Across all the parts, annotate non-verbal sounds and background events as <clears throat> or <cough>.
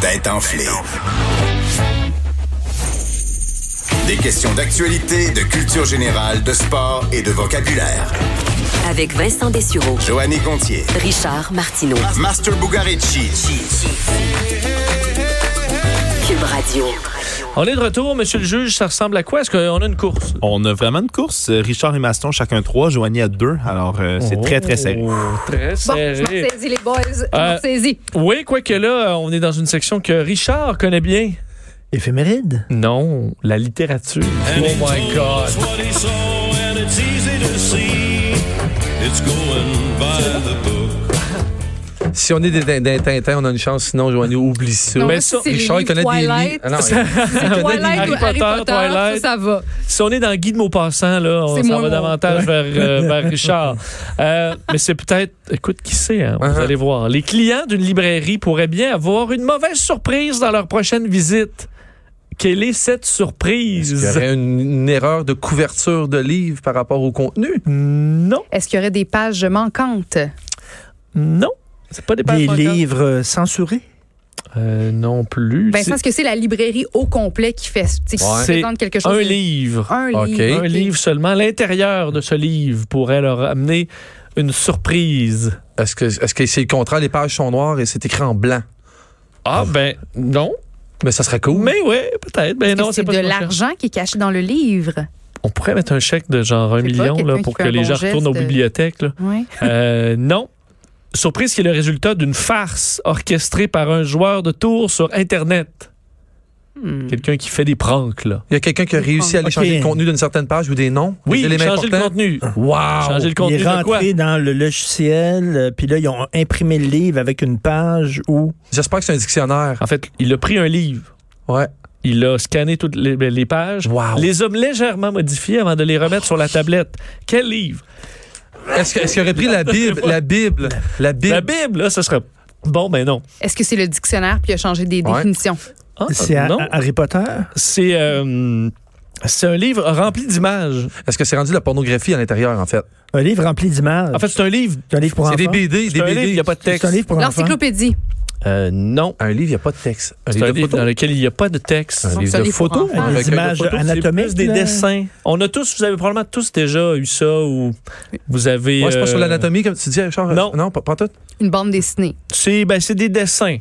Tête enflée. Des questions d'actualité, de culture générale, de sport et de vocabulaire. Avec Vincent Dessureau, Joanny Gontier. Richard Martineau, Master Bugarici. Cube Radio. On est de retour, monsieur le juge. Ça ressemble à quoi? Est-ce qu'on a une course? On a vraiment une course. Richard et Maston, chacun trois, Joanie à deux. Alors, euh, c'est très, très serré. Oh, Très Bon, je m'en serré. saisis, les boys. Je Euh, m'en saisis. Oui, quoique là, euh, on est dans une section que Richard connaît bien. Éphéméride? Non, la littérature. Oh my God. what he saw, and it's easy to see. It's going by the book. Si on est des, des Tintins, on a une chance. Sinon, Joanie, oublie ça. Non, mais si ça, c'est Richard, les il connaît des livres. Twilight. Ah, non, Twilight ou Harry Potter, ça, ça va. Si on est dans le guide mot passant, là, on C'est s'en va moi, moi. davantage vers, euh, vers Richard. Euh, mais c'est peut-être, écoute, qui sait, hein, vous Uh-huh. allez voir. Les clients d'une librairie pourraient bien avoir une mauvaise surprise dans leur prochaine visite. Quelle est cette il y surprise? aurait une, une erreur de couverture de livre par rapport au contenu. Non, Est-ce qu'il y aurait des pages manquantes? Ben, non. C'est pas des pages Des manquantes. livres euh, censurés? Euh, non plus. Vincent, est-ce que c'est la librairie au complet qui fait tu sais, qui Ouais. présente quelque chose? un de- Ah. livre. Un Ok. livre. Un livre seulement. L'intérieur de ce livre pourrait leur amener une surprise. Est-ce que est-ce que c'est le contraire? Les pages sont noires et c'est écrit en blanc. Ah, ben, non. Mais ça serait cool. Mais ouais, peut-être. Ben Est-ce non, que c'est c'est pas de ce qu'on cherche. l'argent qui est caché dans le livre. On pourrait mettre un chèque de genre 1 C'est pas million là, quelqu'un pour qui que fait un les bon gens retournent aux geste, euh. bibliothèques. <laughs> là. Oui. Euh, non. Surprise qui est le résultat d'une farce orchestrée par un joueur de tour sur Internet. Hmm. Quelqu'un qui fait des pranks, là. Il y a quelqu'un qui a réussi à aller Ok. changer le contenu d'une certaine page ou des noms. Oui, des éléments changer le importants. contenu. Wow! Changer le Il contenu est de quoi? rentré dans le logiciel, euh, puis là, ils ont imprimé le livre avec une page où... J'espère que c'est un dictionnaire. En fait, il a pris un livre. Ouais. Il a scanné toutes les, ben, les pages, Wow. les hommes légèrement modifiés avant de les remettre sur la tablette. Quel livre? Est-ce que- est-ce qu'il aurait pris la Bible? <laughs> La Bible. La Bible. La Bible, là, ce serait... Bon, ben non. Est-ce que c'est le dictionnaire puis il a changé des Ouais. définitions? Ah, C'est à- non. à Harry Potter? C'est euh, c'est un livre rempli d'images. Est-ce que c'est rendu de la pornographie à l'intérieur, en fait? Un livre rempli d'images. En fait, c'est un livre. c'est un livre pour C'est enfants. des BD, C'est des un livre, BD. il n'y a pas de texte. C'est un livre pour enfants. L'encyclopédie. Euh, non. Un livre, il n'y a pas de texte. Un C'est livre un de livre photos. dans lequel il n'y a pas de texte. Un Donc, livre c'est un de livre pour photos. enfants. Des Avec un images peu de photos, C'est anatomiques. plus des là. dessins. On a tous, vous avez probablement tous déjà eu ça ou vous avez. Moi, je pense euh, sur l'anatomie, comme tu dis, Richard. Non. Non, pas, pas tout. Une bande dessinée. C'est ben, c'est des dessins,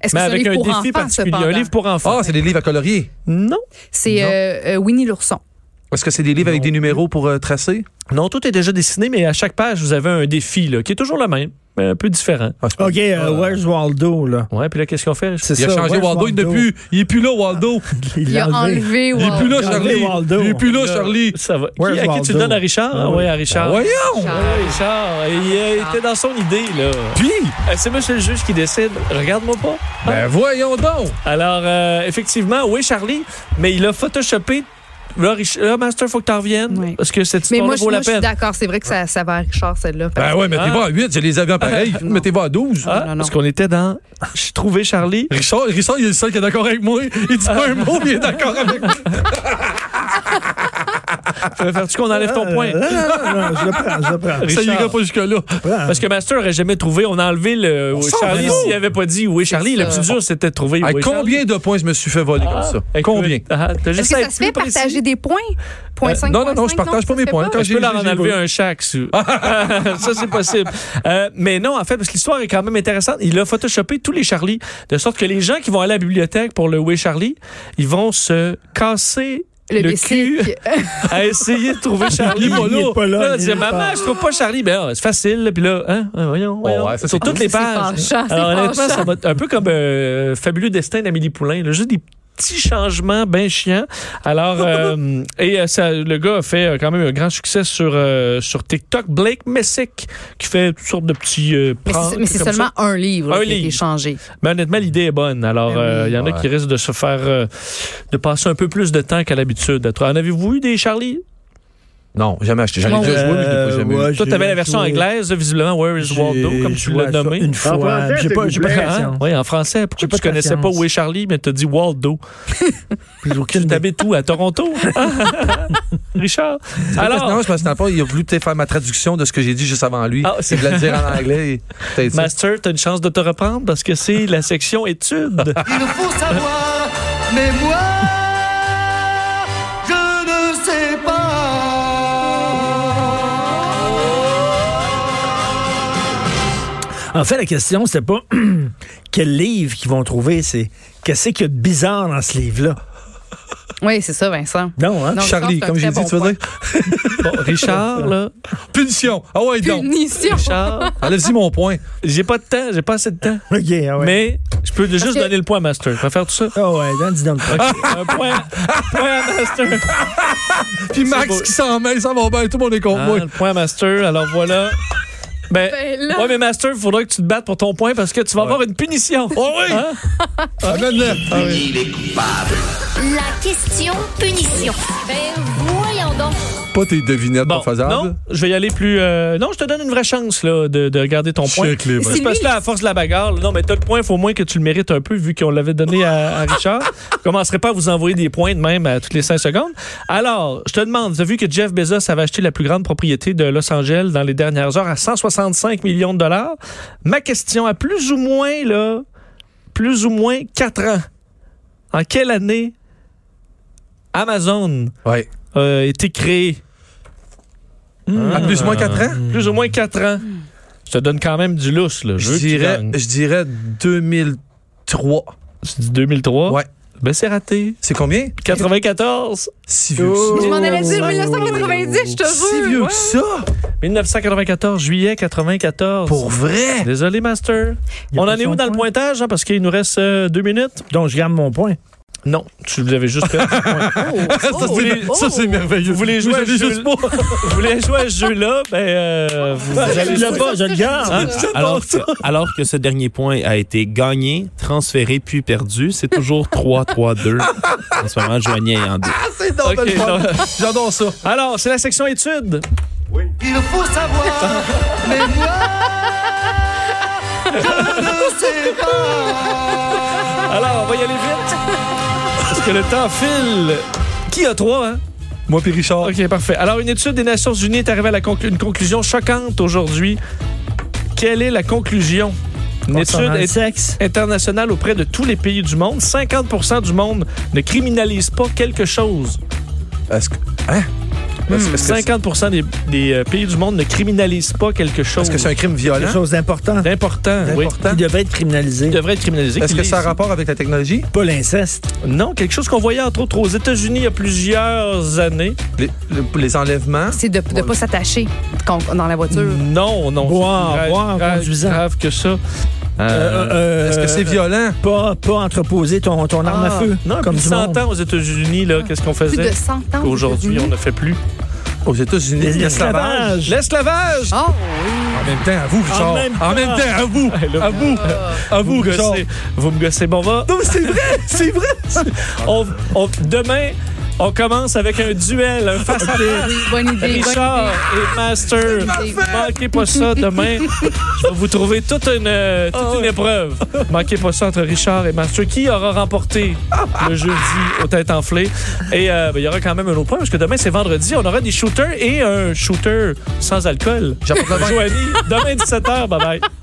Est-ce que mais c'est un avec livre un pour défi enfants, particulier. cependant? Un livre pour Ah, enfants. c'est des livres à colorier. Non. C'est Non. euh, euh, Winnie l'ourson. Est-ce que c'est des livres avec des numéros pour euh, tracer? Non, tout est déjà dessiné, mais à chaque page, vous avez un défi là, qui est toujours le même, mais un peu différent. Ah, c'est pas- OK, euh, Where's Waldo, là? Ouais, puis là, qu'est-ce qu'on fait? C'est Il a ça, changé Where's Waldo, il n'est plus. Il est plus là, Waldo. Il Il l'a a enlevé. Il est wow. plus là, Wow. Charlie. Waldo. Il est plus là, Là, Charlie. Ça va. Where's Qui- à qui tu Waldo? le donnes à Richard? Ah oui, oui. à Richard. Ah Voyons! Ah, Ouais, Richard, il euh, était dans son idée, là. Puis, Euh, C'est monsieur le juge qui décide. Regarde-moi pas. ben voyons donc! Alors, euh, effectivement, oui, Charlie, mais il a photoshopé. Là, Rich- là, Master, faut que t'en reviennes. Oui. Parce que cette Mais histoire moi, je vaut moi, la je suis peine. d'accord. C'est vrai que ça, ça va à Richard, celle-là. parce Ben que- ouais, mettez-vous à 8, je les avais en pareil. Non. Mettez-vous à 12. Ah, Non, non, non. Parce qu'on était dans. J'ai trouvé Charlie. Richard, Richard, il est le seul qui est d'accord avec moi. Il dit pas un mot, mais il est d'accord avec moi. <laughs> Préfères-tu qu'on enlève ton point? Ah, Non, non, non, non, je le prends, je le prends. Ça Richard. ira pas jusque-là. Parce que Master aurait jamais trouvé. On a enlevé le. s'en Charlie, fout. s'il avait pas dit oui, Charlie, le ça. plus dur, c'était de trouver. À oui, combien de points je me suis fait voler comme ça? Charlie. Combien? Écoute, ah, t'as Est-ce juste que à ça être se fait plus précis. partager des points? Point cinq, Euh, non, point non, je cinq, partage pas ça mes se points. fait Quand pas? Je peux leur J'ai- en j'ai enlever pas un chaque. sous- <laughs> ça, c'est possible. Euh, mais non, en fait, parce que l'histoire est quand même intéressante. Il a photoshopé tous les Charlie, de sorte que les gens qui vont aller à la bibliothèque pour le Oui Charlie, ils vont se casser le, Le, euh, cul bicycle. à essayer de <laughs> trouver Charlie. Il est pas là, Là, il dire, est pas. maman, je trouve pas Charlie. Ben, ah, c'est facile. Puis là, hein, hein, Oh, voyons, voyons. ouais, ça, Sur c'est toutes les pages. fâchant, c'est Alors, honnêtement, fâchant. ça va être un peu comme euh, Fabuleux Destin d'Amélie Poulain. là. juste des petits changements bien chiants. Alors, euh, et euh, ça, le gars a fait euh, quand même un grand succès sur, euh, sur TikTok. Blake Messick, qui fait toutes sortes de petits euh, Mais pranks c'est- Mais c'est comme seulement ça. un livre là, Un qui a été livre. changé. Mais honnêtement, l'idée est bonne. Alors, Ben oui. euh, il y en a Ouais. qui risquent de se faire... euh, de passer un peu plus de temps qu'à l'habitude. En avez-vous eu des Charlie? Non, jamais acheté. J'en ai Non. déjà joué, mais je l'ai pas Euh, jamais eu. ouais, Toi, j'ai t'avais la version joué- anglaise, visiblement, Where is Waldo, j'ai comme tu joué l'as à ça nommé. Une fois. français, J'ai pas, s'il j'ai vous pas de plaît. patience. Oui, en français. Pourquoi J'ai pas tu de connaissais pas patience. Où est Charlie, mais t'as dit Waldo? J'ai aucune Tu t'habites où? À <laughs> Toronto? <laughs> Richard? Alors, Alors, non, je pense que dans le fond, il a voulu peut-être faire ma traduction de ce que j'ai dit juste avant lui. Ah, c'est- c'est de le dire en anglais. et- Master, t'as une chance de te reprendre parce que c'est la section <laughs> études. Il faut savoir, mais moi, je ne sais pas. En fait, la question, c'était pas <clears throat> quel livre qu'ils vont trouver, c'est qu'est-ce qu'il y a de bizarre dans ce livre-là. <laughs> Oui, c'est ça, Vincent. Non, hein? Non, Charlie, c'est un comme j'ai très dit, bon tu veux dire? Bon, Richard, là, Punition! Ah ouais, donc! Punition. Richard, Enlève-y mon point. j'ai pas de temps, j'ai pas assez de temps. OK, ah ouais. Mais je peux juste que- donner le point à Master. Je vais faire tout <laughs> ça. Ah ouais, non, dis donc. Un point, point à Master. Puis beau. Max qui s'en mêle, ça va bien, tout le monde est contre Ah, moi. le point à Master, alors voilà. <laughs> Ben, Ben là. ouais, mais Master, il faudrait que tu te battes pour ton point parce que tu vas avoir une punition. Oh oui! Ah. Amène-le. Ah La question punition. Ben voyons donc. Pas tes devinettes Bon, pas faisables. non, je vais y aller plus. euh, non, je te donne une vraie chance là, de, de garder ton point. Check les C'est mains. parce que là, à force de la bagarre, là, non, mais t'as le point, il faut au moins que tu le mérites un peu, vu qu'on l'avait donné à, à Richard. Je commencerai pas à vous envoyer des points de même à toutes les 5 secondes. Alors, je te demande, tu as vu que Jeff Bezos avait acheté la plus grande propriété de Los Angeles dans les dernières heures à 165 millions de dollars. Ma question à plus ou moins, là, plus ou moins 4 ans. En quelle année Amazon euh, Ouais. a été créée? À plus ou moins 4 ans? Hmm. plus ou moins 4 ans. Je te donne quand même du lousse, là. Je, Je veux que tu dirais, gagnes. je dirais 2003. Tu dis 2003? Ouais. Ben, c'est raté. C'est combien? 94. Si vieux que ça. Oh. Je m'en allais dire 1990, je te Oh, Si jure. Ah, vieux Ouais. que ça? 1994, juillet 94. Pour vrai? Désolé, Master. Il y a On pas en est son où dans le point. pointage, hein, parce qu'il nous reste euh, deux minutes? Donc, je garde mon point. Non, tu l'avais juste <laughs> fait. Oh, Ça, c'est- ça, c'est merveilleux. Vous voulez jouer à ce jeu- vous voulez jouer à ce jeu-là? Ben, euh, vous allez Je le pas, je le garde. Hein? Alors que, alors que ce dernier point a été gagné, transféré puis perdu, c'est toujours 3-3-2. En ce moment, Joignet est en deux. C'est donc Ok, le fun. non. <laughs> J'adore ça. Ah. Alors, c'est la section études. Il faut savoir, mais moi, je ne sais pas. Alors, on va y aller vite. Parce que le temps file. Qui a trois, hein? Moi puis Richard. OK, parfait. Alors, une étude des Nations Unies est arrivée à la conclu- une conclusion choquante aujourd'hui. Quelle est la conclusion? Une étude Concernant le est- sexe. internationale auprès de tous les pays du monde. 50 du monde ne criminalise pas quelque chose. Est-ce que. Hein? Hmm. Est-ce est-ce que c'est- 50 des, des, euh, pays du monde ne criminalisent pas quelque chose. est-ce que c'est un crime Quelque Hein? violent? chose d'important. D'important, oui. Qui devrait être criminalisé. Il devrait être criminalisé. Est-ce que Qu'il ça a est- rapport avec la technologie? Pas l'inceste. Non, quelque chose qu'on voyait entre autres aux États-Unis il y a plusieurs années. Les, le- les enlèvements? C'est de ne pas s'attacher quand- dans la voiture. Mm. Non, non. Boire, c'est grave- boire en grave- conduisant. grave que euh, ça. Euh, euh, Est-ce que c'est violent? Pas, pas entreposer ton, ton arme à Ah, feu. Non, comme comme du 100 monde. ans aux États-Unis, là, qu'est-ce qu'on Plus de faisait? 100 ans. Aujourd'hui, on ne fait plus. Aux États-Unis, l'esclavage. <laughs> L'esclavage! Oh, En même temps, à vous, Richard. En même En même temps, <laughs> à vous. À vous, à Ah, vous, me Richard. gossez. Vous me gossez, bon va. Non, mais c'est <laughs> vrai, c'est vrai. On, on- demain, on commence avec un duel, un face à oui, bonne idée. bonne Richard idée. et Master. Manquez pas ça demain. Je vais vous trouver toute une, euh, toute une épreuve. Manquez pas ça entre Richard et Master. Qui aura remporté le jeudi aux têtes enflées? Et euh, ben, il y aura quand même un autre point parce que demain, c'est vendredi. On aura des shooters et un shooter sans alcool. J'apporte le vin. Joanie, demain 17h. Bye bye.